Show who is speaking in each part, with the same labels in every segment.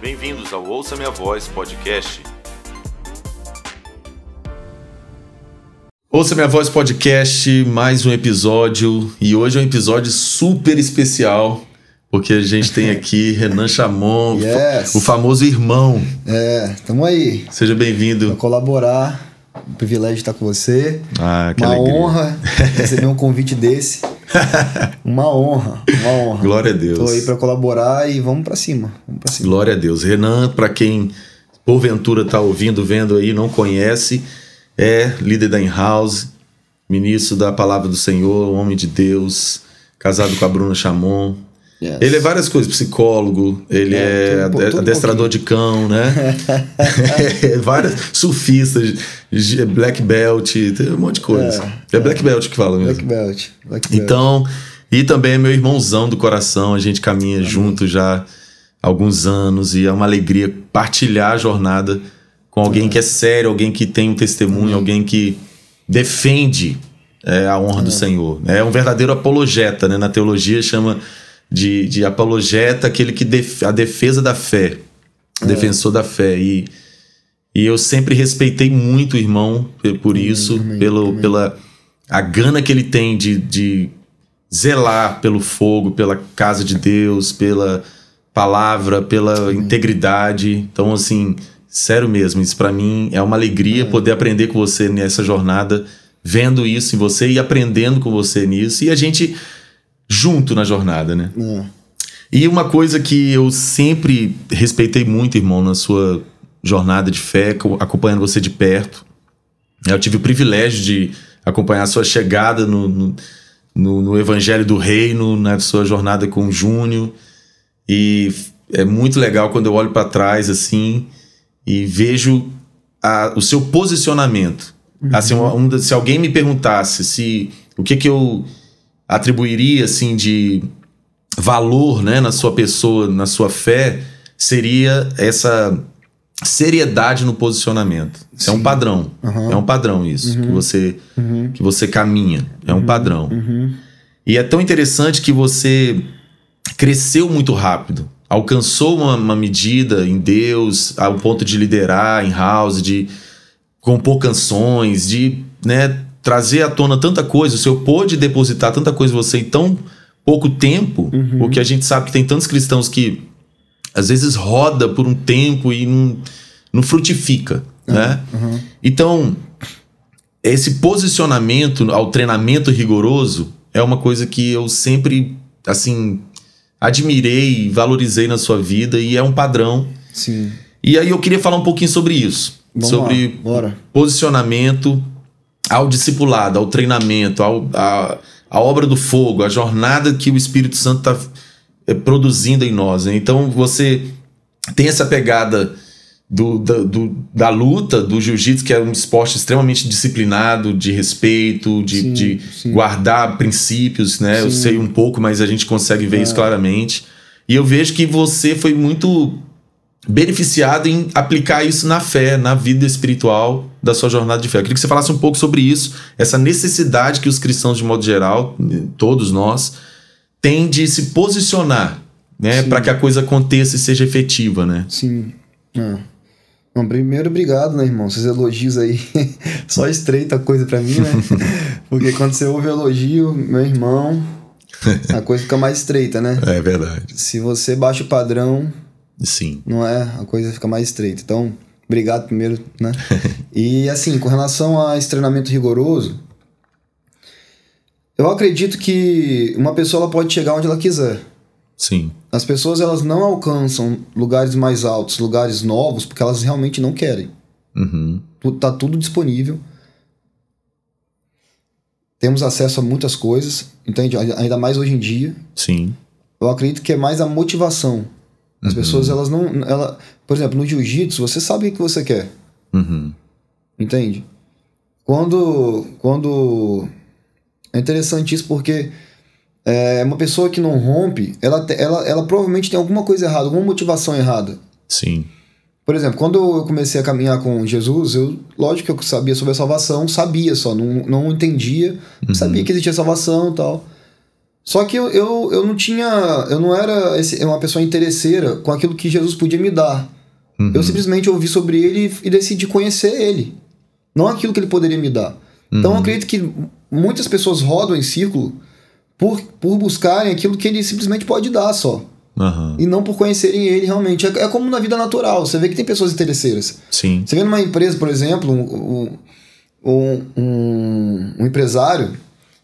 Speaker 1: Bem-vindos ao Ouça Minha Voz podcast.
Speaker 2: Ouça Minha Voz Podcast, mais um episódio. E hoje é um episódio super especial, porque a gente tem aqui Renan Chamon,
Speaker 3: Yes.
Speaker 2: o famoso irmão.
Speaker 3: É, tamo aí.
Speaker 2: Seja
Speaker 3: Pra
Speaker 2: bem-vindo.
Speaker 3: colaborar. Um privilégio estar com você.
Speaker 2: Ah, que
Speaker 3: uma
Speaker 2: alegria.
Speaker 3: honra receber um convite desse. uma honra, uma honra.
Speaker 2: Glória a Deus.
Speaker 3: Tô aí pra colaborar e vamos pra cima. Vamos pra cima.
Speaker 2: Glória a Deus. Renan, para quem porventura está ouvindo, vendo aí, não conhece, é líder da In-House, ministro da Palavra do Senhor, um homem de Deus, casado com a Bruna Chamon.
Speaker 3: Yes.
Speaker 2: Ele é várias coisas, psicólogo, ele
Speaker 3: É,
Speaker 2: é,
Speaker 3: tudo um po-
Speaker 2: ade-
Speaker 3: tudo um
Speaker 2: adestrador de cão, né? É, várias, surfista, g- black belt, tem um monte de coisa. É, black belt que fala mesmo.
Speaker 3: Black Belt. Black Belt.
Speaker 2: Então, e também é meu irmãozão do coração, a gente caminha junto já há alguns anos e é uma alegria partilhar a jornada com alguém que é sério, alguém que tem um testemunho, alguém que defende é, a honra do Senhor. É um verdadeiro apologeta, né? Na teologia chama de, de apologeta aquele que def- a defesa da fé,
Speaker 3: É.
Speaker 2: defensor da fé. E, e eu sempre respeitei muito o irmão pe- por isso,
Speaker 3: amém,
Speaker 2: pelo, pela a gana que ele tem de, de zelar pelo fogo, pela casa de Deus, pela palavra, pela integridade. Então, assim, sério mesmo, isso pra mim é uma alegria poder aprender com você nessa jornada, vendo isso em você e aprendendo com você nisso. E a gente junto na jornada, né?
Speaker 3: É.
Speaker 2: E uma coisa que eu sempre respeitei muito, irmão, na sua jornada de fé, co- acompanhando você de perto. Eu tive o privilégio de acompanhar a sua chegada no, no, no- no Evangelho do Reino, na sua jornada com o Júnior. E f- é muito legal quando eu olho para trás assim e vejo a- o seu posicionamento. Assim, uma- um da- se alguém me perguntasse se o que, que eu atribuiria assim de valor né, na sua pessoa, na sua fé, seria essa seriedade no posicionamento. É um
Speaker 3: Sim.
Speaker 2: padrão.
Speaker 3: Aham.
Speaker 2: É um padrão isso, que você
Speaker 3: Uhum.
Speaker 2: que você caminha, é um padrão.
Speaker 3: Uhum.
Speaker 2: E é tão interessante que você cresceu muito rápido, alcançou uma, uma medida em Deus, ao ponto de liderar em house, de compor canções, de né, trazer à tona tanta coisa. O senhor pôde depositar tanta coisa em você em tão pouco tempo,
Speaker 3: Uhum.
Speaker 2: porque a gente sabe que tem tantos cristãos que às vezes roda por um tempo e não, não frutifica, né?
Speaker 3: Uhum.
Speaker 2: Então, esse posicionamento ao treinamento rigoroso é uma coisa que eu sempre, assim, admirei e valorizei na sua vida e é um padrão.
Speaker 3: Sim.
Speaker 2: E aí eu queria falar um pouquinho sobre isso,
Speaker 3: Vamos
Speaker 2: sobre
Speaker 3: lá. Bora.
Speaker 2: posicionamento ao discipulado, ao treinamento, ao, a, a obra do fogo, a jornada que o Espírito Santo está produzindo em nós. né? Então você tem essa pegada do, da, do- da luta, do jiu-jitsu, que é um esporte extremamente disciplinado, de respeito, de,
Speaker 3: Sim,
Speaker 2: de
Speaker 3: sim.
Speaker 2: guardar princípios, né? Eu
Speaker 3: Sim. É.
Speaker 2: sei um pouco, mas a gente consegue ver isso claramente. E eu vejo que você foi muito beneficiado em aplicar isso na fé, na vida espiritual da sua jornada de fé. Eu queria que você falasse um pouco sobre isso, essa necessidade que os cristãos, de modo geral, todos nós, têm de se posicionar, né,
Speaker 3: Sim.
Speaker 2: para que a coisa aconteça e seja efetiva, né?
Speaker 3: Sim. É. Bom, primeiro, obrigado, né, irmão? Esses elogios aí só estreita a coisa pra mim, né? Porque quando você ouve elogio, meu irmão, a coisa fica mais estreita, né?
Speaker 2: É verdade.
Speaker 3: Se você baixa o padrão,
Speaker 2: Sim.
Speaker 3: não é? A coisa fica mais estreita. Então, obrigado primeiro, né? e assim, com relação a esse treinamento rigoroso, eu acredito que uma pessoa ela pode chegar onde ela quiser.
Speaker 2: Sim.
Speaker 3: As pessoas elas não alcançam lugares mais altos, lugares novos, porque elas realmente não querem.
Speaker 2: Uhum.
Speaker 3: Tu- Tá tudo disponível. Temos acesso a muitas coisas, entende? Ai- Ainda mais hoje em dia.
Speaker 2: Sim.
Speaker 3: Eu acredito que é mais a motivação. As pessoas, elas não. Ela, por exemplo, no jiu-jitsu, você sabe o que você quer,
Speaker 2: Uhum.
Speaker 3: entende? Quando. Quando. É interessante isso porque é, uma pessoa que não rompe, ela, te- ela, ela provavelmente tem alguma coisa errada, alguma motivação errada.
Speaker 2: Sim.
Speaker 3: Por exemplo, quando eu comecei a caminhar com Jesus, eu, lógico que eu sabia sobre a salvação, sabia só, não, não entendia, sabia que existia salvação e tal. Só que eu, eu, eu não tinha. Eu não era esse- uma pessoa interesseira com aquilo que Jesus podia me dar.
Speaker 2: Uhum.
Speaker 3: Eu simplesmente ouvi sobre ele e decidi conhecer ele. Não aquilo que ele poderia me dar. Então eu acredito que muitas pessoas rodam em círculo por, por buscarem aquilo que ele simplesmente pode dar só.
Speaker 2: Aham.
Speaker 3: E não por conhecerem ele realmente. É, é como na vida natural. Você vê que tem pessoas interesseiras.
Speaker 2: Sim.
Speaker 3: Você vê numa empresa, por exemplo, um, um, um- um empresário,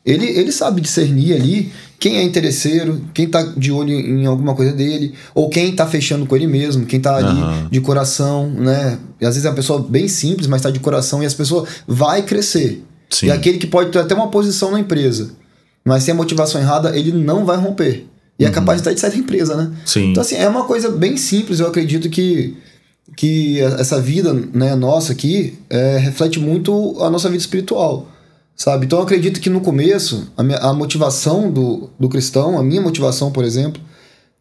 Speaker 3: ele, ele sabe discernir ali quem é interesseiro, quem tá de olho em alguma coisa dele, ou quem tá fechando com ele mesmo, quem tá ali
Speaker 2: Aham.
Speaker 3: de coração, né? E às vezes é uma pessoa bem simples, mas tá de coração e as pessoas vai crescer.
Speaker 2: Sim.
Speaker 3: E aquele que pode ter até uma posição na empresa, mas sem a motivação errada, ele não vai romper. E é
Speaker 2: Uhum.
Speaker 3: capaz até de sair da empresa, né?
Speaker 2: Sim.
Speaker 3: Então, assim, é uma coisa bem simples. Eu acredito que, que essa vida né, nossa aqui é, reflete muito a nossa vida espiritual, sabe? Então, eu acredito que no começo, a, minha- a motivação do, do cristão, a minha motivação, por exemplo,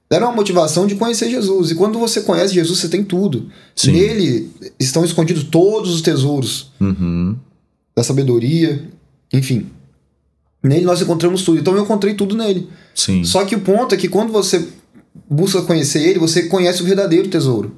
Speaker 3: era uma motivação de conhecer Jesus. E quando você conhece Jesus, você tem tudo.
Speaker 2: Sim.
Speaker 3: Nele estão escondidos todos os tesouros
Speaker 2: Uhum.
Speaker 3: da sabedoria, enfim. Nele nós encontramos tudo. Então, eu encontrei tudo nele.
Speaker 2: Sim.
Speaker 3: Só que o ponto é que quando você busca conhecer ele, você conhece o verdadeiro tesouro.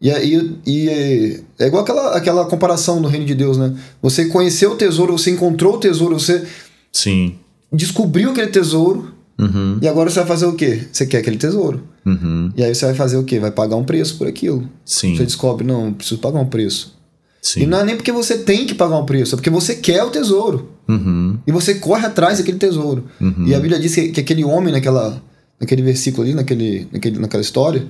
Speaker 3: E, aí e é, é igual aquela, aquela comparação do reino de Deus, né? Você conheceu o tesouro, você encontrou o tesouro, você
Speaker 2: Sim.
Speaker 3: descobriu aquele tesouro,
Speaker 2: Uhum.
Speaker 3: e agora você vai fazer o quê? Você quer aquele tesouro.
Speaker 2: Uhum.
Speaker 3: E aí você vai fazer o quê? Vai pagar um preço por aquilo.
Speaker 2: Sim.
Speaker 3: Você descobre, não, eu preciso pagar um preço.
Speaker 2: Sim.
Speaker 3: E não é nem porque você tem que pagar um preço, é porque você quer o tesouro.
Speaker 2: Uhum.
Speaker 3: E você corre atrás daquele tesouro.
Speaker 2: Uhum.
Speaker 3: E a Bíblia diz que, que aquele homem, naquela, naquele versículo ali, naquele, naquele, naquela história,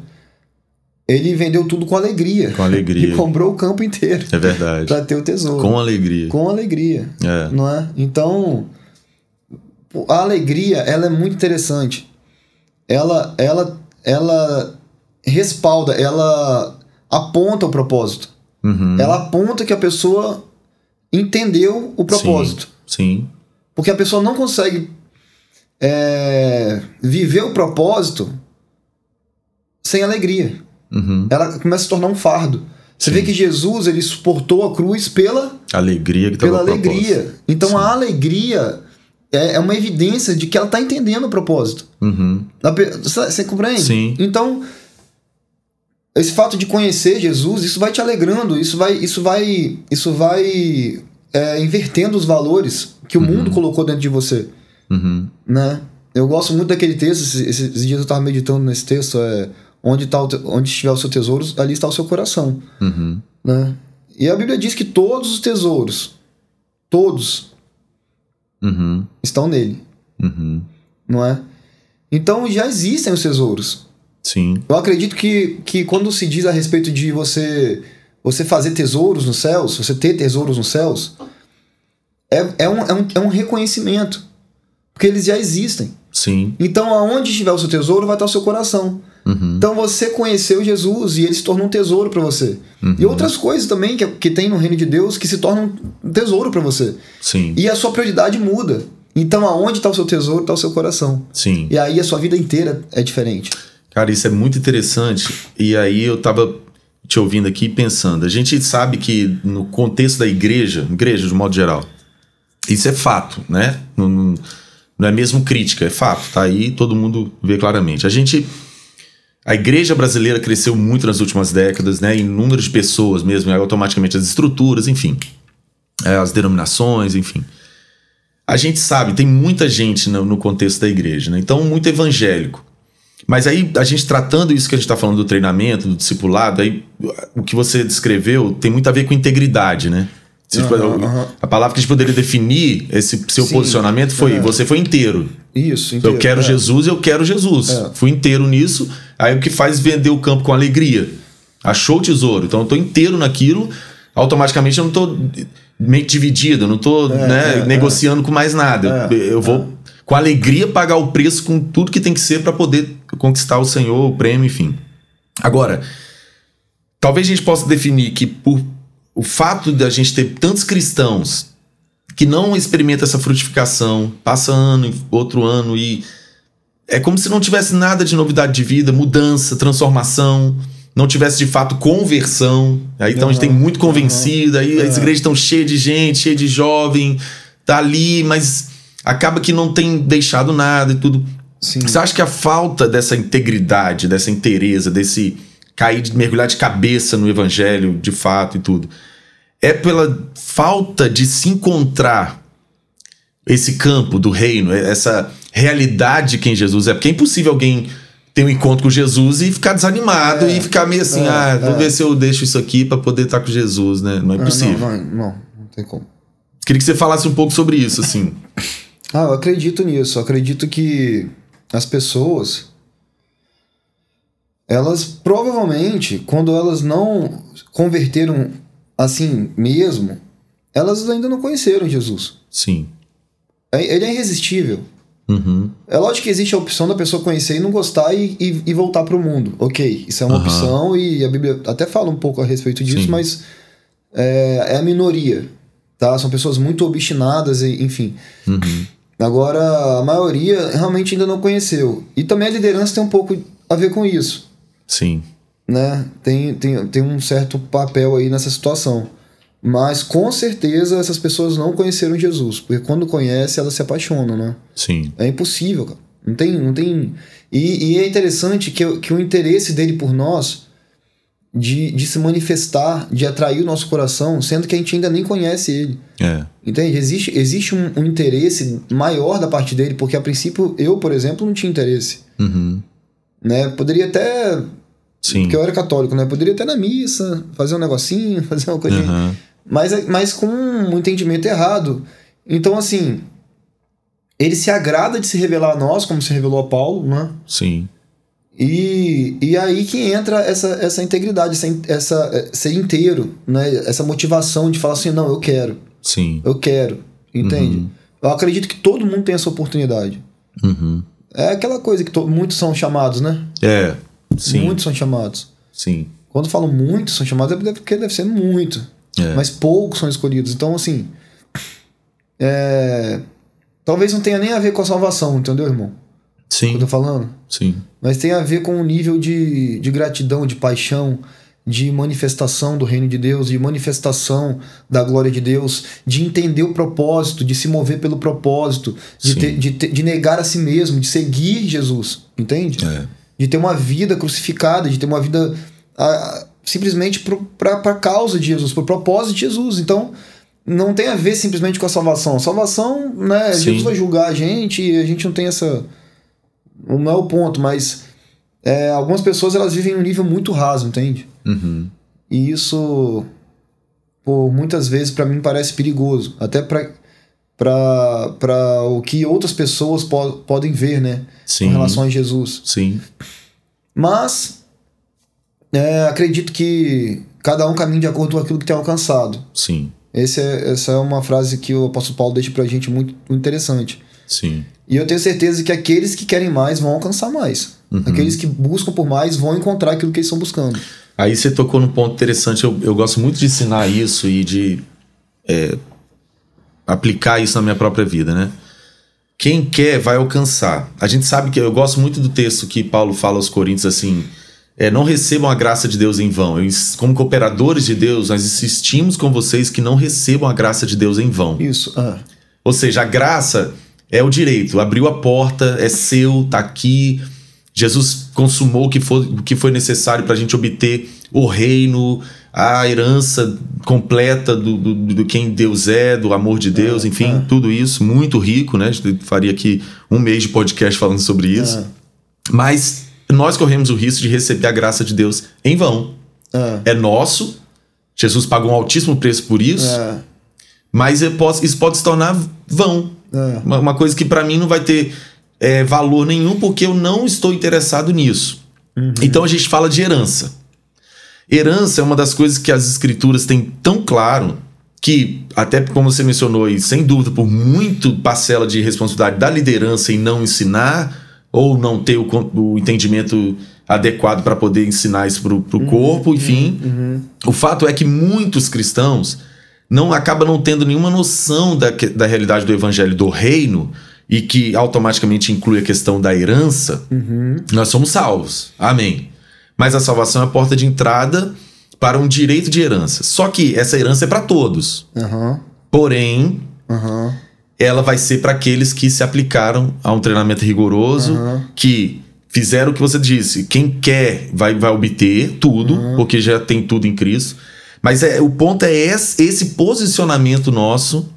Speaker 3: ele vendeu tudo com alegria.
Speaker 2: Com alegria.
Speaker 3: E comprou o campo inteiro
Speaker 2: É verdade.
Speaker 3: para ter o tesouro.
Speaker 2: Com alegria.
Speaker 3: Com alegria.
Speaker 2: É.
Speaker 3: Não é? Então, a alegria, ela é muito interessante. Ela, ela, ela respalda, ela aponta o propósito.
Speaker 2: Uhum.
Speaker 3: Ela aponta que a pessoa entendeu o propósito.
Speaker 2: Sim.
Speaker 3: Porque a pessoa não consegue é, viver o propósito sem alegria.
Speaker 2: Sim. Uhum.
Speaker 3: Ela começa a se tornar um fardo. Você
Speaker 2: Sim.
Speaker 3: vê que Jesus ele suportou a cruz pela,
Speaker 2: Alegria que tava
Speaker 3: pela
Speaker 2: a propósito.
Speaker 3: alegria. Então
Speaker 2: Sim.
Speaker 3: a alegria é, é uma evidência de que ela está entendendo o propósito.
Speaker 2: Uhum.
Speaker 3: A pe- Você você compreende?
Speaker 2: Sim.
Speaker 3: Então, esse fato de conhecer Jesus, isso vai te alegrando, isso vai, isso vai, isso vai é, invertendo os valores que o mundo colocou dentro de você,
Speaker 2: Uhum.
Speaker 3: né? Eu gosto muito daquele texto, esses, esses dias eu estava meditando nesse texto, é onde, tá o te- onde estiver o seu tesouro, ali está o seu coração,
Speaker 2: Uhum.
Speaker 3: né? E a Bíblia diz que todos os tesouros, todos,
Speaker 2: Uhum.
Speaker 3: estão nele,
Speaker 2: Uhum.
Speaker 3: não é? Então já existem os tesouros,
Speaker 2: Sim.
Speaker 3: Eu acredito que, que quando se diz a respeito de você você fazer tesouros nos céus, você ter tesouros nos céus, é, é, um, é, um, é um reconhecimento. Porque eles já existem.
Speaker 2: Sim.
Speaker 3: Então, aonde estiver o seu tesouro, vai estar o seu coração.
Speaker 2: Uhum.
Speaker 3: Então, você conheceu Jesus e ele se tornou um tesouro para você. E
Speaker 2: Uhum.
Speaker 3: outras coisas também que, que tem no reino de Deus que se tornam um tesouro para você.
Speaker 2: Sim.
Speaker 3: E a sua prioridade muda. Então, aonde está o seu tesouro, está o seu coração.
Speaker 2: Sim.
Speaker 3: E aí, a sua vida inteira é diferente.
Speaker 2: Cara, isso é muito interessante. E aí eu tava te ouvindo aqui e pensando. A gente sabe que no contexto da igreja, igreja de modo geral, isso é fato, né? Não, não- não é mesmo crítica, é fato. Tá aí, todo mundo vê claramente. A gente. A igreja brasileira cresceu muito nas últimas décadas, né? Em número de pessoas mesmo, e automaticamente as estruturas, enfim. É, as denominações, enfim. A gente sabe, tem muita gente no, no contexto da igreja, né? Então, muito evangélico. Mas aí, a gente tratando isso que a gente está falando do treinamento, do discipulado, aí o que você descreveu tem muito a ver com integridade, né? Se, tipo,
Speaker 3: Aham, aham.
Speaker 2: A palavra que a gente poderia definir é esse seu
Speaker 3: Sim.
Speaker 2: posicionamento foi:
Speaker 3: É.
Speaker 2: você foi inteiro.
Speaker 3: Isso,
Speaker 2: Eu
Speaker 3: inteiro.
Speaker 2: quero
Speaker 3: É.
Speaker 2: Jesus, eu quero Jesus.
Speaker 3: É.
Speaker 2: Fui inteiro nisso. Aí o que faz vender o campo com alegria? Achou o tesouro. Então eu tô inteiro naquilo. Automaticamente eu não tô meio que dividido, eu não tô né,
Speaker 3: é,
Speaker 2: negociando com mais nada.
Speaker 3: É,
Speaker 2: eu eu vou com alegria pagar o preço com tudo que tem que ser para poder conquistar o Senhor, o prêmio, enfim. Agora, talvez a gente possa definir que por o fato da gente ter tantos cristãos que não experimenta essa frutificação, passa ano, outro ano e é como se não tivesse nada de novidade de vida, mudança, transformação, não tivesse de fato conversão. Aí então a gente tem
Speaker 3: Aham,
Speaker 2: muito convencido, aí as
Speaker 3: é.
Speaker 2: igrejas estão cheias de gente, cheias de jovem, tá ali, mas acaba que não tem deixado nada e tudo.
Speaker 3: Sim.
Speaker 2: Você acha que a falta dessa integridade, dessa inteireza, desse cair, de mergulhar de cabeça no evangelho de fato e tudo, é pela falta de se encontrar esse campo do reino, é- essa realidade de quem Jesus é? Porque é impossível alguém ter um encontro com Jesus e ficar desanimado
Speaker 3: É,
Speaker 2: e ficar meio assim,
Speaker 3: é,
Speaker 2: ah, vou
Speaker 3: é.
Speaker 2: ver se eu deixo isso aqui para poder estar com Jesus, né? Não é
Speaker 3: Ah,
Speaker 2: possível.
Speaker 3: Não, não, não, não tem como.
Speaker 2: Queria que você falasse um pouco sobre isso, assim.
Speaker 3: Ah, eu acredito nisso. Eu acredito que as pessoas, elas provavelmente, quando elas não converteram assim mesmo, elas ainda não conheceram Jesus.
Speaker 2: Sim.
Speaker 3: É- Ele é irresistível.
Speaker 2: Uhum.
Speaker 3: É lógico que existe a opção da pessoa conhecer e não gostar e, e, e voltar pro mundo. Ok, isso é uma
Speaker 2: Aham.
Speaker 3: opção e a Bíblia até fala um pouco a respeito disso,
Speaker 2: Sim.
Speaker 3: mas é, é a minoria, tá? São pessoas muito obstinadas, e, enfim.
Speaker 2: Uhum.
Speaker 3: Agora, a maioria realmente ainda não conheceu. E também a liderança tem um pouco a ver com isso,
Speaker 2: Sim.
Speaker 3: né? Tem, tem, tem um certo papel aí nessa situação. Mas com certeza essas pessoas não conheceram Jesus, porque quando conhece elas se apaixonam, né?
Speaker 2: Sim.
Speaker 3: É impossível, cara. Não tem. Não tem... E, e é interessante que, o- que o interesse dele por nós de, de se manifestar, de atrair o nosso coração, sendo que a gente ainda nem conhece ele.
Speaker 2: É.
Speaker 3: Entende? Existe, existe um, um interesse maior da parte dele, porque a princípio eu, por exemplo, não tinha interesse.
Speaker 2: Uhum.
Speaker 3: Né? Poderia até.
Speaker 2: Sim.
Speaker 3: Porque eu era católico, né? Poderia até na missa, fazer um negocinho, fazer uma coisinha
Speaker 2: Aham.
Speaker 3: mas, mas com um entendimento errado. Então, assim, ele se agrada de se revelar a nós, como se revelou a Paulo, né?
Speaker 2: Sim.
Speaker 3: E, e aí que entra essa, essa integridade, essa, in- essa eh, ser inteiro, né? Essa motivação de falar assim, não, eu quero,
Speaker 2: Sim.
Speaker 3: eu quero, entende? Eu acredito que todo mundo tem essa oportunidade.
Speaker 2: Uhum.
Speaker 3: É aquela coisa que to- muitos são chamados, né?
Speaker 2: É. Sim.
Speaker 3: Muitos são chamados.
Speaker 2: Sim.
Speaker 3: Quando falam muitos são chamados, é porque deve ser muito.
Speaker 2: É.
Speaker 3: mas poucos são escolhidos. Então, assim, é, talvez não tenha nem a ver com a salvação, entendeu, irmão? O que
Speaker 2: Sim.
Speaker 3: eu tô falando?
Speaker 2: Sim.
Speaker 3: Mas tem a ver com um nível de, de gratidão, de paixão, de manifestação do reino de Deus, de manifestação da glória de Deus, de entender o propósito, de se mover pelo propósito, de,
Speaker 2: Sim.
Speaker 3: ter- de, ter- de negar a si mesmo, de seguir Jesus, entende?
Speaker 2: É.
Speaker 3: de ter uma vida crucificada, de ter uma vida ah, simplesmente para a causa de Jesus, para o propósito de Jesus. Então, não tem a ver simplesmente com a salvação. A salvação, né?
Speaker 2: Sim.
Speaker 3: Jesus vai julgar a gente e a gente não tem essa. Não é o ponto, mas é, algumas pessoas elas vivem num nível muito raso, entende?
Speaker 2: Uhum.
Speaker 3: E isso, por muitas vezes, para mim parece perigoso. Até para o que outras pessoas po podem ver, né?
Speaker 2: Sim.
Speaker 3: Com relação a Jesus.
Speaker 2: Sim.
Speaker 3: Mas é, acredito que cada um caminha de acordo com aquilo que tem alcançado.
Speaker 2: Sim.
Speaker 3: Esse é- essa é uma frase que o apóstolo Paulo deixa pra gente muito interessante.
Speaker 2: Sim.
Speaker 3: E eu tenho certeza que aqueles que querem mais vão alcançar mais.
Speaker 2: Uhum.
Speaker 3: Aqueles que buscam por mais vão encontrar aquilo que eles estão buscando.
Speaker 2: Aí você tocou num ponto interessante. Eu, eu gosto muito de ensinar isso e de é, aplicar isso na minha própria vida, né? Quem quer vai alcançar. A gente sabe que eu gosto muito do texto que Paulo fala aos Coríntios assim: é, não recebam a graça de Deus em vão. Eu ins- como cooperadores de Deus, nós insistimos com vocês que não recebam a graça de Deus em vão.
Speaker 3: Isso. Ah,
Speaker 2: Ou seja, a graça é o direito, abriu a porta, é seu, tá aqui. Jesus consumou o que foi, o que foi necessário para a gente obter o reino, a herança completa do, do, do quem Deus é, do amor de Deus,
Speaker 3: É,
Speaker 2: enfim,
Speaker 3: é.
Speaker 2: tudo isso, muito rico, né? A gente faria aqui um mês de podcast falando sobre isso.
Speaker 3: ah,
Speaker 2: Mas nós corremos o risco de receber a graça de Deus em vão.
Speaker 3: ah,
Speaker 2: É nosso, Jesus pagou um altíssimo preço por isso,
Speaker 3: ah,
Speaker 2: mas eu posso- isso pode se tornar vão.
Speaker 3: ah.
Speaker 2: Uma, uma coisa que pra mim não vai ter é, valor nenhum porque eu não estou interessado nisso. Então a gente fala de herança. Herança é uma das coisas que as escrituras têm tão claro que, até como você mencionou, e sem dúvida, por muito parcela de responsabilidade da liderança em não ensinar ou não ter o, con- o entendimento adequado para poder ensinar isso para o corpo, enfim.
Speaker 3: Uhum.
Speaker 2: O fato é que muitos cristãos não acabam não tendo nenhuma noção da, que- da realidade do evangelho do reino e que automaticamente inclui a questão da herança.
Speaker 3: Uhum.
Speaker 2: Nós somos salvos. Amém. Mas a salvação é a porta de entrada para um direito de herança. Só que essa herança é para todos.
Speaker 3: Aham.
Speaker 2: Porém,
Speaker 3: Aham.
Speaker 2: ela vai ser para aqueles que se aplicaram a um treinamento rigoroso,
Speaker 3: Aham.
Speaker 2: que fizeram o que você disse. Quem quer vai, vai obter tudo,
Speaker 3: Uhum.
Speaker 2: porque já tem tudo em Cristo. Mas é, o ponto é esse, esse posicionamento nosso,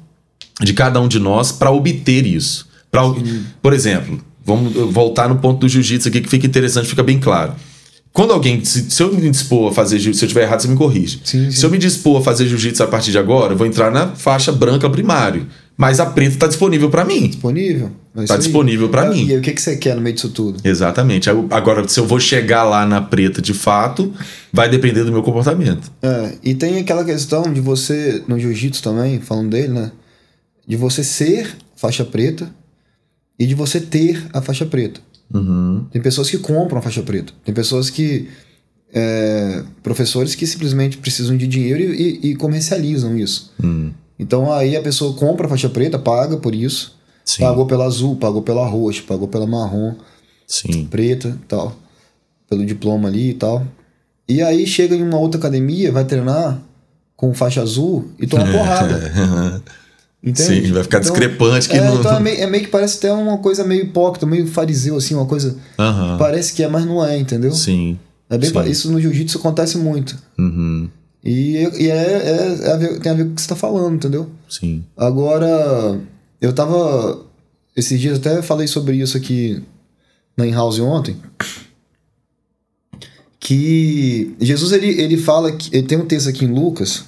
Speaker 2: de cada um de nós, para obter isso. Pra, o- por exemplo, vamos voltar no ponto do jiu-jitsu aqui, que fica interessante, fica bem claro. Quando alguém, se, se eu me dispor a fazer jiu-jitsu, se eu estiver errado, você me corrige.
Speaker 3: Sim, sim.
Speaker 2: Se eu me dispor a fazer jiu-jitsu a partir de agora, eu vou entrar na faixa branca primário. Mas a preta está disponível para mim.
Speaker 3: Disponível. É
Speaker 2: Está
Speaker 3: isso aí.
Speaker 2: Tá disponível para
Speaker 3: E aí,
Speaker 2: mim.
Speaker 3: E aí, o que, que você quer no meio disso tudo?
Speaker 2: Exatamente. Aí eu- Agora, se eu vou chegar lá na preta de fato, vai depender do meu comportamento.
Speaker 3: É, e tem aquela questão de você, no jiu-jitsu também, falando dele, né? De você ser faixa preta e de você ter a faixa preta.
Speaker 2: Uhum.
Speaker 3: Tem pessoas que compram a faixa preta. Tem pessoas que. é, professores que simplesmente precisam de dinheiro e, e- e comercializam isso.
Speaker 2: Hum.
Speaker 3: Então aí a pessoa compra a faixa preta, paga por isso.
Speaker 2: Sim.
Speaker 3: Pagou pela azul, pagou pela roxa, pagou pela marrom,
Speaker 2: Sim.
Speaker 3: preta e tal. Pelo diploma ali e tal. E aí chega em uma outra academia, vai treinar com faixa azul e toma porrada. Entende?
Speaker 2: Sim, É, vai ficar
Speaker 3: Então,
Speaker 2: discrepante que
Speaker 3: é,
Speaker 2: não.
Speaker 3: então é meio, é meio que parece até uma coisa meio hipócrita, meio fariseu, assim, uma coisa.
Speaker 2: Aham.
Speaker 3: Parece que é, mas não é, entendeu?
Speaker 2: Ah. Sim.
Speaker 3: É bem
Speaker 2: Sim.
Speaker 3: pa- Isso no jiu-jitsu acontece muito.
Speaker 2: Uhum.
Speaker 3: E, e é, é- é a ver- tem a ver com o que você tá falando, entendeu?
Speaker 2: Sim.
Speaker 3: Agora, eu tava. Esses dias até falei sobre isso aqui na in-house ontem. Que Jesus ele, ele fala que. Ele tem um texto aqui em Lucas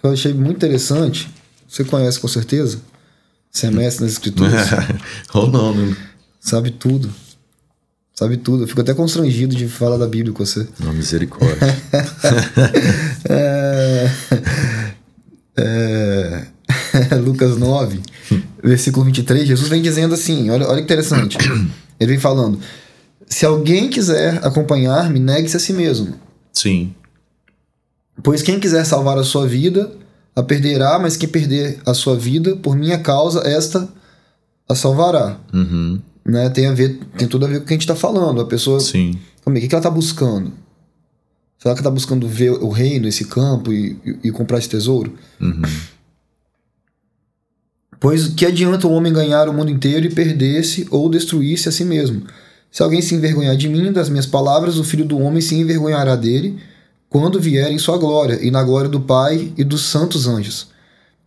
Speaker 3: que eu achei muito interessante. Você conhece com certeza? Você é mestre nas escrituras.
Speaker 2: Ou não, né?
Speaker 3: sabe tudo. Sabe tudo. Eu fico até constrangido de falar da Bíblia com você.
Speaker 2: Não, misericórdia.
Speaker 3: É, é, Lucas 9, versículo 23, Jesus vem dizendo assim: olha, olha que interessante. Ele vem falando: Se alguém quiser acompanhar-me, negue-se a si mesmo.
Speaker 2: Sim.
Speaker 3: Pois quem quiser salvar a sua vida, a perderá, mas quem perder a sua vida, por minha causa, esta a salvará.
Speaker 2: Uhum.
Speaker 3: Né? Tem, a ver, tem tudo a ver com o que a gente está falando. A pessoa
Speaker 2: Sim.
Speaker 3: Calma aí, o que que ela tá buscando? Será que ela tá buscando ver o reino, esse campo e, e- e comprar esse tesouro?
Speaker 2: Uhum,
Speaker 3: Pois que adianta o homem ganhar o mundo inteiro e perder-se ou destruir-se a si mesmo? Se alguém se envergonhar de mim, das minhas palavras, o filho do homem se envergonhará dele quando vier em sua glória e na glória do Pai e dos santos anjos.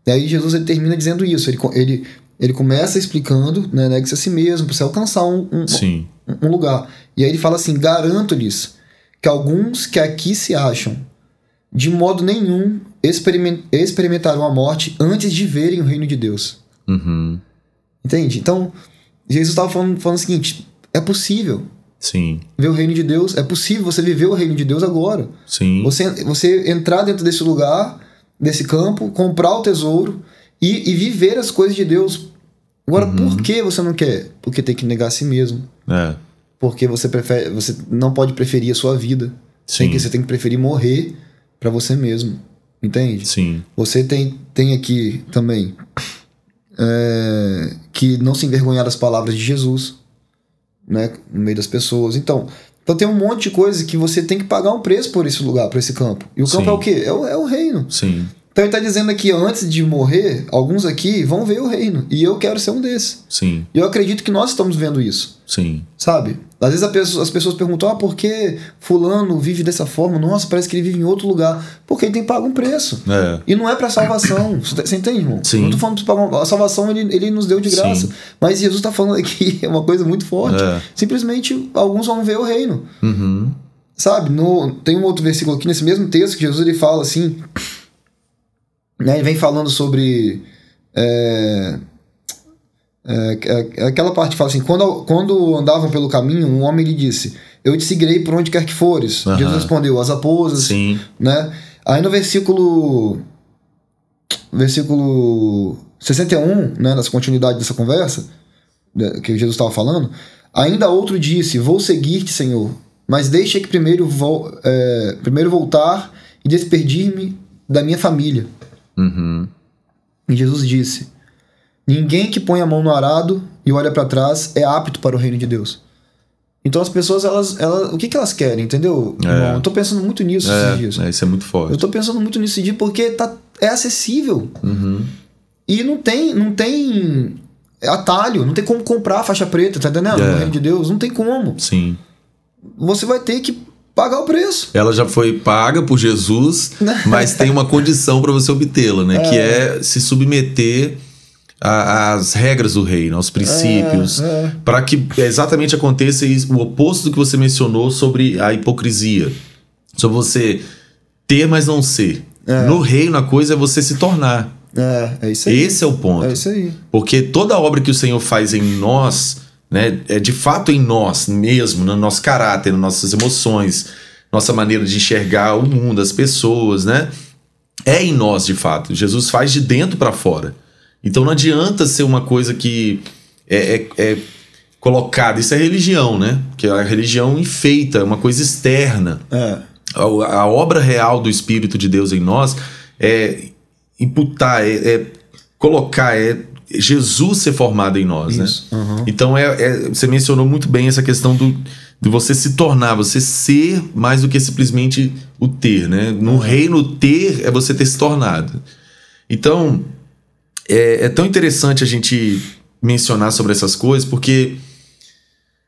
Speaker 3: E aí Jesus ele termina dizendo isso. Ele, co- ele, ele começa explicando, né, negue-se a si mesmo, para você alcançar um, um,
Speaker 2: Sim.
Speaker 3: um lugar. E aí ele fala assim: garanto-lhes que alguns que aqui se acham, de modo nenhum experimen- experimentarão a morte antes de verem o reino de Deus.
Speaker 2: Uhum.
Speaker 3: Entende? Então, Jesus estava falando, falando o seguinte: é possível
Speaker 2: Sim.
Speaker 3: ver o reino de Deus, é possível você viver o reino de Deus agora.
Speaker 2: Sim.
Speaker 3: Você, você entrar dentro desse lugar, desse campo, comprar o tesouro e, e viver as coisas de Deus. Agora, por que você não quer? Porque tem que negar a si mesmo.
Speaker 2: É.
Speaker 3: Porque você prefere, você não pode preferir a sua vida.
Speaker 2: Sim.
Speaker 3: Tem que, você tem que preferir morrer pra você mesmo. Entende?
Speaker 2: Sim.
Speaker 3: Você tem, tem aqui também é, que não se envergonhar das palavras de Jesus né, no meio das pessoas. Então, então tem um monte de coisa que você tem que pagar um preço por esse lugar, por esse campo. E o campo
Speaker 2: Sim.
Speaker 3: é o quê? É o, é o reino.
Speaker 2: Sim.
Speaker 3: Então ele tá dizendo aqui, antes de morrer, alguns aqui vão ver o reino. E eu quero ser um desses.
Speaker 2: Sim.
Speaker 3: E eu acredito que nós estamos vendo isso.
Speaker 2: Sim.
Speaker 3: Sabe? Às vezes a pessoa- as pessoas perguntam: ah, por que Fulano vive dessa forma? Nossa, parece que ele vive em outro lugar. Porque ele tem pago um preço.
Speaker 2: É.
Speaker 3: E não é pra salvação. Você tá- você entende, irmão?
Speaker 2: Sim.
Speaker 3: Não tô falando pra pagar uma- A salvação ele, ele nos deu de graça.
Speaker 2: Sim.
Speaker 3: Mas Jesus tá falando aqui é uma coisa muito forte.
Speaker 2: É.
Speaker 3: Simplesmente alguns vão ver o reino.
Speaker 2: Uhum.
Speaker 3: Sabe? No, tem um outro versículo aqui nesse mesmo texto que Jesus ele fala assim. Né, ele vem falando sobre. é, é, é, aquela parte que fala assim: quando, quando andavam pelo caminho, um homem lhe disse: Eu te seguirei por onde quer que fores.
Speaker 2: Aham.
Speaker 3: Jesus respondeu: As raposas.
Speaker 2: Sim.
Speaker 3: Né? Aí no versículo. Versículo 61, né, nessa continuidade dessa conversa, né, que Jesus estava falando, ainda outro disse: Vou seguir-te, Senhor, mas deixa que primeiro, vol é, primeiro voltar e despedir-me da minha família.
Speaker 2: Uhum.
Speaker 3: E Jesus disse: Ninguém que põe a mão no arado e olha para trás é apto para o reino de Deus. Então as pessoas, elas, elas, o que, que elas querem, entendeu?
Speaker 2: É.
Speaker 3: irmão? Eu tô pensando muito nisso esses dias.
Speaker 2: É, é, isso é muito
Speaker 3: Eu
Speaker 2: forte.
Speaker 3: tô pensando muito nisso de porque tá, é acessível.
Speaker 2: Uhum.
Speaker 3: E não tem, não tem atalho, não tem como comprar a faixa preta, tá entendendo?
Speaker 2: É.
Speaker 3: No reino de Deus, não tem como.
Speaker 2: Sim.
Speaker 3: Você vai ter que pagar o preço. né?
Speaker 2: Ela já foi paga por Jesus, mas tem uma condição para você obtê-la, né? Que é se submeter a- às regras do reino, aos princípios.
Speaker 3: É, é.
Speaker 2: Para que exatamente aconteça isso, o oposto do que você mencionou sobre a hipocrisia. Sobre você ter, mas não ser. No reino, a coisa é você se tornar.
Speaker 3: É, é isso aí.
Speaker 2: Esse é o ponto.
Speaker 3: É isso aí.
Speaker 2: Porque toda obra que o Senhor faz em nós, né, é de fato em nós mesmo, no nosso caráter, nas nossas emoções, nossa maneira de enxergar o mundo, as pessoas, né? É em nós de fato. Jesus faz de dentro para fora. Então não adianta ser uma coisa que é, é- é colocada. Isso é religião, né? Que a religião enfeita, é uma coisa externa.
Speaker 3: É.
Speaker 2: A, a obra real do Espírito de Deus em nós é imputar, é, é colocar, é Jesus ser formado em nós, né?
Speaker 3: Isso. Aham.
Speaker 2: Então é, é- você mencionou muito bem essa questão do de você se tornar, você ser mais do que simplesmente o ter, né? No reino o ter é você ter se tornado. Então é, é tão interessante a gente mencionar sobre essas coisas porque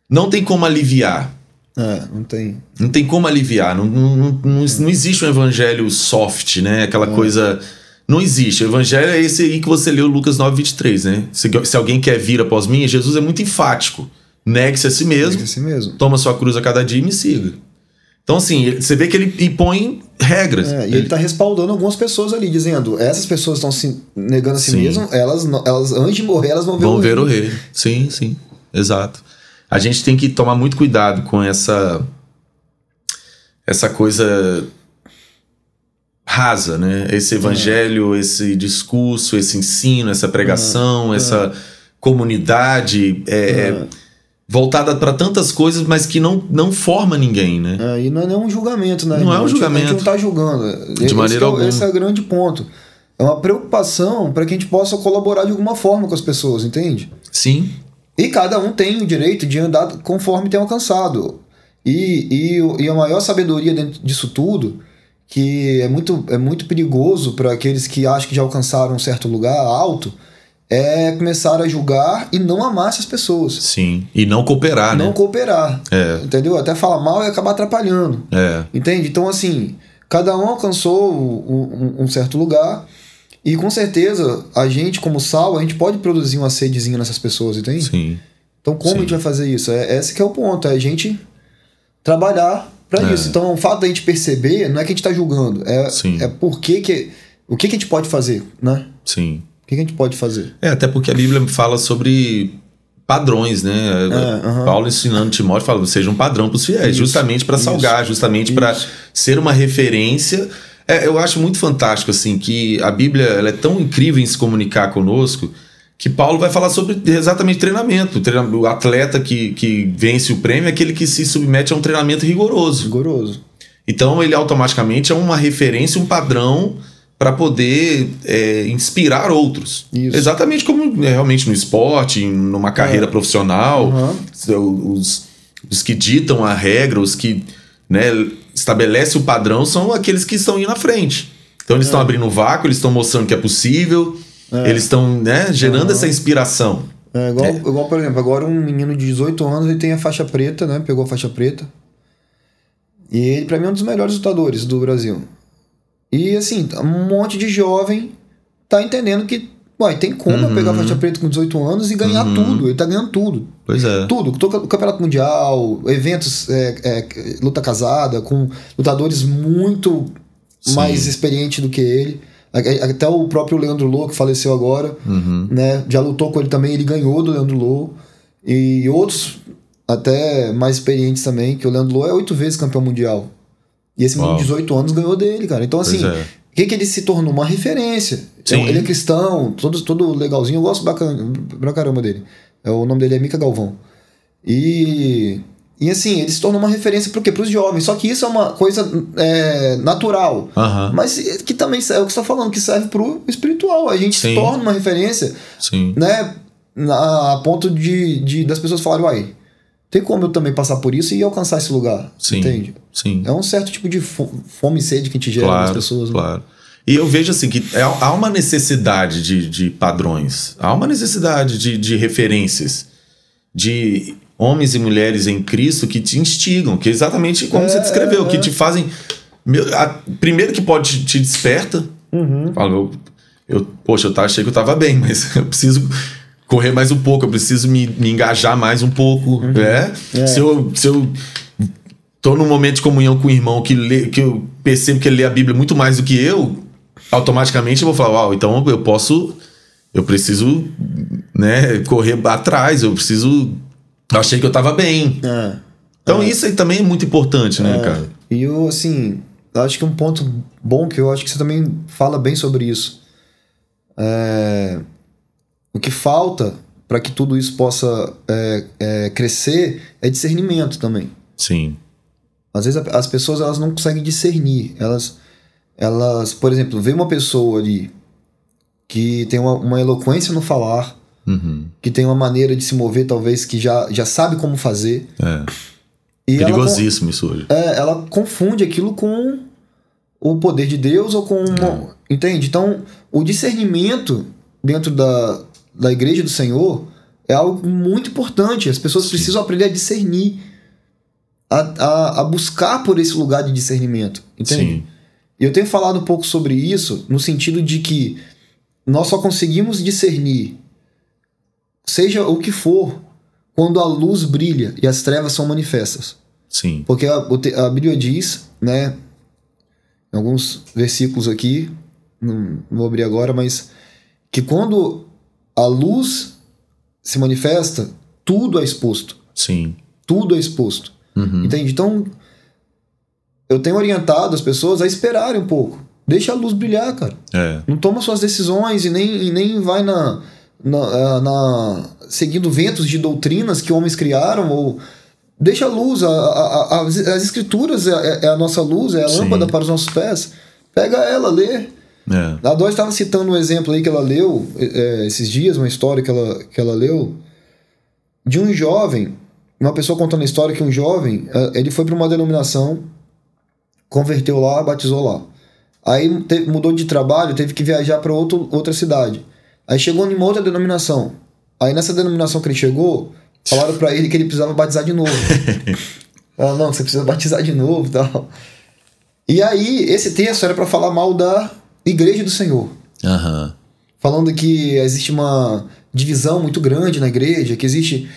Speaker 2: não tem como aliviar,
Speaker 3: É, não tem.
Speaker 2: não tem como aliviar. Não, não, não, não- não existe um evangelho soft, né? Aquela coisa. Não existe. O evangelho é esse aí que você leu Lucas 9, 23, né? Se, se alguém quer vir após mim, Jesus é muito enfático. Negue-se a si mesmo,
Speaker 3: É assim mesmo.
Speaker 2: toma sua cruz a cada dia e me siga. Então, assim, ele- você vê que ele impõe regras.
Speaker 3: É, e ele tá respaldando algumas pessoas ali, dizendo: essas pessoas estão se negando a si
Speaker 2: Sim.
Speaker 3: mesmas, elas, não- elas, antes de morrer, elas vão ver
Speaker 2: Vão
Speaker 3: o
Speaker 2: ver o
Speaker 3: rei.
Speaker 2: rei. Sim, sim. Exato. A gente tem que tomar muito cuidado com essa. Essa coisa rasa, né? Esse evangelho, esse discurso, esse ensino, essa pregação, essa comunidade é, é, voltada para tantas coisas, mas que não, não forma ninguém, né?
Speaker 3: É, e não é nenhum julgamento, né?
Speaker 2: Não
Speaker 3: irmão?
Speaker 2: é um
Speaker 3: A gente- A
Speaker 2: julgamento.
Speaker 3: gente não tá julgando.
Speaker 2: De maneira
Speaker 3: que é, o-
Speaker 2: alguma.
Speaker 3: Esse é o grande ponto. É uma preocupação para que a gente possa colaborar de alguma forma com as pessoas, entende?
Speaker 2: Sim,
Speaker 3: E cada um tem o direito de andar conforme tem alcançado. E, e, o- e a maior sabedoria dentro disso tudo, que é muito, é muito perigoso para aqueles que acham que já alcançaram um certo lugar alto, é começar a julgar e não amar essas pessoas.
Speaker 2: sim. E não cooperar,
Speaker 3: não
Speaker 2: né?
Speaker 3: cooperar.
Speaker 2: É,
Speaker 3: Entendeu? Até falar mal e acabar atrapalhando.
Speaker 2: é.
Speaker 3: Entende? Então, assim, cada um alcançou um, um- um certo lugar. E com certeza, a gente, como sal, a gente pode produzir uma sedezinha nessas pessoas, entende?
Speaker 2: Sim.
Speaker 3: Então, como
Speaker 2: Sim.
Speaker 3: a gente vai fazer isso? É, esse que é o ponto, é a gente trabalhar pra
Speaker 2: É.
Speaker 3: isso. Então, o fato da gente perceber não é que a gente tá julgando, é,
Speaker 2: Sim.
Speaker 3: é por que que. O que, que a gente pode fazer, né?
Speaker 2: Sim.
Speaker 3: O que, que a gente pode fazer?
Speaker 2: É, até porque a Bíblia fala sobre padrões, né?
Speaker 3: É, aham.
Speaker 2: Paulo ensinando Timóteo, fala, seja um padrão para os fiéis,
Speaker 3: Isso,
Speaker 2: justamente para
Speaker 3: isso,
Speaker 2: salgar, justamente para
Speaker 3: isso.
Speaker 2: ser uma referência. É, eu acho muito fantástico, assim, que a Bíblia ela é tão incrível em se comunicar conosco que Paulo vai falar sobre exatamente treinamento. O, treina- o atleta que, que vence o prêmio é aquele que se submete a um treinamento rigoroso.
Speaker 3: Rigoroso.
Speaker 2: Então ele automaticamente é uma referência, um padrão para poder é, inspirar outros.
Speaker 3: Isso. É.
Speaker 2: Exatamente como é, realmente no esporte, em- numa carreira profissional,
Speaker 3: Aham.
Speaker 2: são os, os que ditam a regra, os que né, estabelecem o padrão são aqueles que estão indo na frente. Então eles estão abrindo um vácuo, eles estão mostrando que é possível, eles estão né, gerando essa inspiração.
Speaker 3: É igual, igual, por exemplo, agora um menino de 18 anos, ele tem a faixa preta, né? Pegou a faixa preta. E ele, pra mim, é um dos melhores lutadores do Brasil. E, assim, um monte de jovem tá entendendo que, uai, tem como eu
Speaker 2: Uhum.
Speaker 3: pegar a faixa preta com 18 anos e ganhar tudo. Ele tá ganhando tudo.
Speaker 2: Pois Uhum. é.
Speaker 3: Tudo. Tô- Campeonato Mundial, eventos, é, é, luta casada, com lutadores muito
Speaker 2: Sim.
Speaker 3: mais experientes do que ele. A- a- Até o próprio Leandro Lô, que faleceu agora, né? Já lutou com ele também, ele ganhou do Leandro Lô. E outros até mais experientes também, que o Leandro Lô é oito vezes campeão mundial. E esse menino
Speaker 2: Uau.
Speaker 3: de 18 anos ganhou dele, cara. Então,
Speaker 2: Pois
Speaker 3: assim,
Speaker 2: é.
Speaker 3: o que, que ele se tornou? Uma referência.
Speaker 2: Sim.
Speaker 3: Ele é cristão, todo, todo legalzinho. Eu gosto bacana, pra caramba dele. É, O nome dele é Mica Galvão. E, e assim, ele se tornou uma referência pro quê? Pros jovens. Só que isso é uma coisa é, natural.
Speaker 2: Aham.
Speaker 3: Mas que também é o que você tá falando, que serve pro espiritual. A gente se
Speaker 2: Sim.
Speaker 3: torna uma referência,
Speaker 2: Sim.
Speaker 3: né? na- a ponto de, de das pessoas falarem, uai, tem como eu também passar por isso e alcançar esse lugar.
Speaker 2: Sim.
Speaker 3: Entende?
Speaker 2: Sim.
Speaker 3: É um certo tipo de fo- fome e sede que a gente gera nas pessoas. né?
Speaker 2: Claro. E eu vejo assim que é- há uma necessidade de, de padrões, há uma necessidade de, de referências, de homens e mulheres em Cristo que te instigam, que é exatamente como você descreveu,
Speaker 3: é.
Speaker 2: que te fazem. meu, a- primeiro que pode te- te desperta,
Speaker 3: Uhum.
Speaker 2: Fala, eu, eu, poxa, eu tá- achei que eu tava bem, mas eu preciso correr mais um pouco, eu preciso me, me engajar mais um pouco. né?
Speaker 3: É.
Speaker 2: Se, eu, se eu tô num momento de comunhão com o irmão que, lê, que eu percebo que ele lê a Bíblia muito mais do que eu, automaticamente eu vou falar, uau, então eu posso. Eu preciso né, correr atrás, eu preciso. Eu achei que eu tava bem.
Speaker 3: É.
Speaker 2: Então isso aí também é muito importante, né, cara?
Speaker 3: E eu, assim, acho que um ponto bom que eu acho que você também fala bem sobre isso. É, O que falta para que tudo isso possa é, é, crescer é discernimento também.
Speaker 2: Sim.
Speaker 3: Às vezes a- as pessoas elas não conseguem discernir. Elas, elas por exemplo, vê uma pessoa ali que tem uma, uma eloquência no falar,
Speaker 2: Uhum.
Speaker 3: que tem uma maneira de se mover, talvez, que já, já sabe como fazer.
Speaker 2: É.
Speaker 3: E ela con-
Speaker 2: Perigosíssimo isso hoje.
Speaker 3: é, ela confunde aquilo com o poder de Deus ou com. uma-
Speaker 2: É.
Speaker 3: Entende? Então, o discernimento dentro da, da igreja do Senhor é algo muito importante. As pessoas
Speaker 2: Sim.
Speaker 3: precisam aprender a discernir, a, a, a buscar por esse lugar de discernimento. Entende?
Speaker 2: Sim.
Speaker 3: E eu tenho falado um pouco sobre isso, no sentido de que nós só conseguimos discernir, seja o que for, quando a luz brilha e as trevas são manifestas.
Speaker 2: Sim.
Speaker 3: Porque a, o te- a Bíblia diz, né? Em alguns versículos aqui, não, não vou abrir agora, mas que quando a luz se manifesta, tudo é exposto.
Speaker 2: Sim.
Speaker 3: Tudo é exposto.
Speaker 2: Uhum.
Speaker 3: Entende? Então, eu tenho orientado as pessoas a esperarem um pouco. Deixa a luz brilhar, cara.
Speaker 2: É,
Speaker 3: Não toma suas decisões e nem, e nem vai na, na, ah, na- seguindo ventos de doutrinas que homens criaram ou deixa a luz, a- a- a- as, as escrituras é, é- é a nossa luz, é a
Speaker 2: Sim.
Speaker 3: lâmpada para os nossos pés. Pega ela, lê.
Speaker 2: é.
Speaker 3: A Dói estava citando um exemplo aí que ela leu eh, eh, esses dias, uma história que ela, que ela leu, de um jovem, uma pessoa contando a história que um jovem, eh, ele foi para uma denominação, converteu lá, batizou lá. Aí te- mudou de trabalho, teve que viajar para outra cidade. Aí chegou em uma outra denominação. Aí nessa denominação que ele chegou, falaram para ele que ele precisava batizar de novo. Falaram, não, você precisa batizar de novo e tal. E aí, esse texto era para falar mal da igreja do Senhor.
Speaker 2: Aham.
Speaker 3: Falando que existe uma divisão muito grande na igreja, que existe.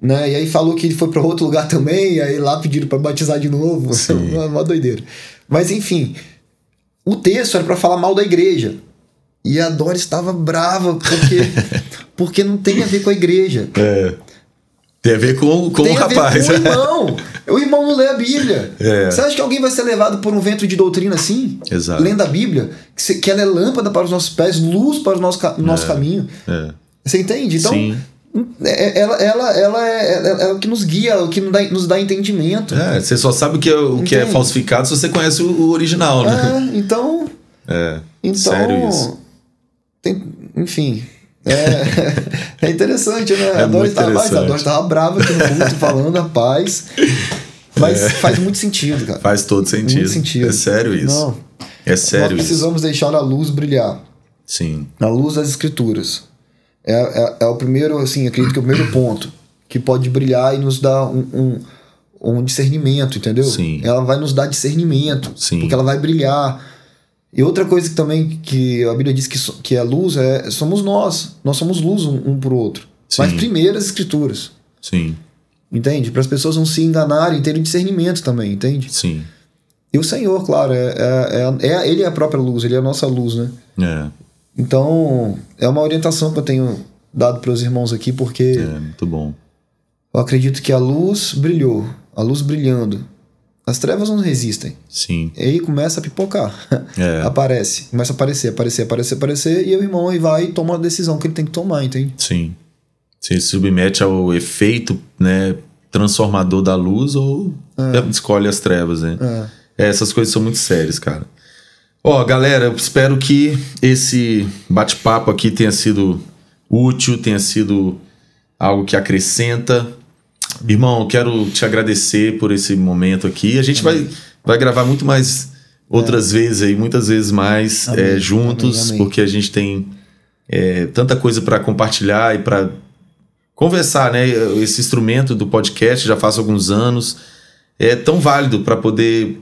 Speaker 3: Né? E aí falou que ele foi para outro lugar também, e aí lá pediram para batizar de novo.
Speaker 2: Sim.
Speaker 3: uma, uma doideira. Mas enfim, o texto era para falar mal da igreja. E a Dora estava brava, porque, porque não tem a ver com a igreja.
Speaker 2: É. Tem a ver com, com o
Speaker 3: tem a ver
Speaker 2: rapaz.
Speaker 3: com o irmão. O irmão não lê a Bíblia.
Speaker 2: É.
Speaker 3: Você acha que alguém vai ser levado por um vento de doutrina assim?
Speaker 2: Exato.
Speaker 3: Lendo a Bíblia, que, se- que ela é lâmpada para os nossos pés, luz para o nosso, ca- nosso caminho.
Speaker 2: É.
Speaker 3: Você entende? Então,
Speaker 2: Sim.
Speaker 3: é- é- ela, ela, ela, é, ela é o que nos guia, o que nos dá, nos dá entendimento.
Speaker 2: É, você só sabe o que é, o que é
Speaker 3: Entende?
Speaker 2: falsificado se você conhece o, o original, né?
Speaker 3: É, então.
Speaker 2: É.
Speaker 3: então
Speaker 2: Sério isso.
Speaker 3: tem- enfim. É, é interessante, né?
Speaker 2: É
Speaker 3: a Dora
Speaker 2: muito
Speaker 3: estava mas a
Speaker 2: interessante.
Speaker 3: Dora tava brava aqui no culto falando, rapaz. Mas faz muito sentido, cara.
Speaker 2: Faz todo sentido.
Speaker 3: Muito sentido.
Speaker 2: É sério isso.
Speaker 3: Não,
Speaker 2: É sério
Speaker 3: nós
Speaker 2: isso.
Speaker 3: precisamos deixar a luz brilhar.
Speaker 2: Sim.
Speaker 3: na luz das escrituras. É, é, é o primeiro, assim, acredito que é o primeiro ponto que pode brilhar e nos dar um, um, um discernimento, entendeu?
Speaker 2: Sim.
Speaker 3: Ela vai nos dar discernimento,
Speaker 2: Sim.
Speaker 3: porque ela vai brilhar. E outra coisa que também que a Bíblia diz que, so- que é luz é somos nós. Nós somos luz um, um pro outro.
Speaker 2: Sim.
Speaker 3: Mas primeiro as escrituras,
Speaker 2: Sim.
Speaker 3: entende? Para as pessoas não se enganarem, terem discernimento também, entende?
Speaker 2: Sim.
Speaker 3: E o Senhor, claro, é, é, é, é- ele é a própria luz, ele é a nossa luz, né?
Speaker 2: É.
Speaker 3: Então, é uma orientação que eu tenho dado para os irmãos aqui, porque
Speaker 2: É muito bom.
Speaker 3: eu acredito que a luz brilhou, a luz brilhando. As trevas não resistem.
Speaker 2: Sim.
Speaker 3: E aí começa a pipocar.
Speaker 2: É.
Speaker 3: Aparece, começa a aparecer, aparecer, aparecer, aparecer, e o irmão aí vai e toma a decisão que ele tem que tomar, entende?
Speaker 2: Sim. Se submete ao efeito, né? Transformador da luz ou escolhe as trevas, né?
Speaker 3: É.
Speaker 2: É, essas coisas são muito sérias, cara. Ó, galera, eu espero que esse bate-papo aqui tenha sido útil, tenha sido algo que acrescenta. Irmão, eu quero te agradecer por esse momento aqui. A gente vai, vai gravar muito mais Outras vezes aí, muitas vezes mais,
Speaker 3: É. Amém,
Speaker 2: é, juntos,
Speaker 3: amém, amém.
Speaker 2: porque a gente tem é, tanta coisa para compartilhar e para conversar, né? Esse instrumento do podcast já faz alguns anos. É tão válido para poder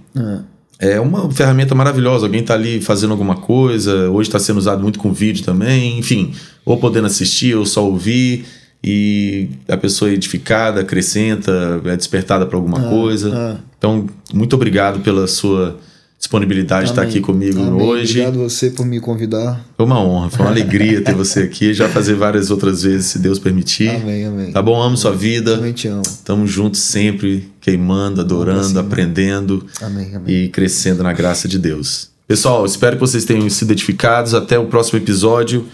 Speaker 3: É.
Speaker 2: é uma ferramenta maravilhosa. Alguém está ali fazendo alguma coisa, hoje está sendo usado muito com vídeo também, enfim, ou podendo assistir, ou só ouvir, e a pessoa é edificada, acrescenta, é despertada para alguma
Speaker 3: Ah,
Speaker 2: coisa.
Speaker 3: ah.
Speaker 2: Então, muito obrigado pela sua disponibilidade de estar
Speaker 3: Amém.
Speaker 2: aqui comigo
Speaker 3: Amém.
Speaker 2: hoje.
Speaker 3: Obrigado você por me convidar.
Speaker 2: Foi uma honra, foi uma alegria ter você aqui, já fazer várias outras vezes, se Deus permitir.
Speaker 3: Amém, amém.
Speaker 2: Tá bom? Amo sua vida.
Speaker 3: Também te amo.
Speaker 2: Tamo juntos sempre, queimando, adorando,
Speaker 3: Senhor.
Speaker 2: aprendendo
Speaker 3: Amém, amém.
Speaker 2: e crescendo na graça de Deus. Pessoal, espero que vocês tenham sido edificados. Até o próximo episódio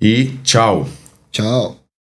Speaker 2: e tchau.
Speaker 3: Tchau.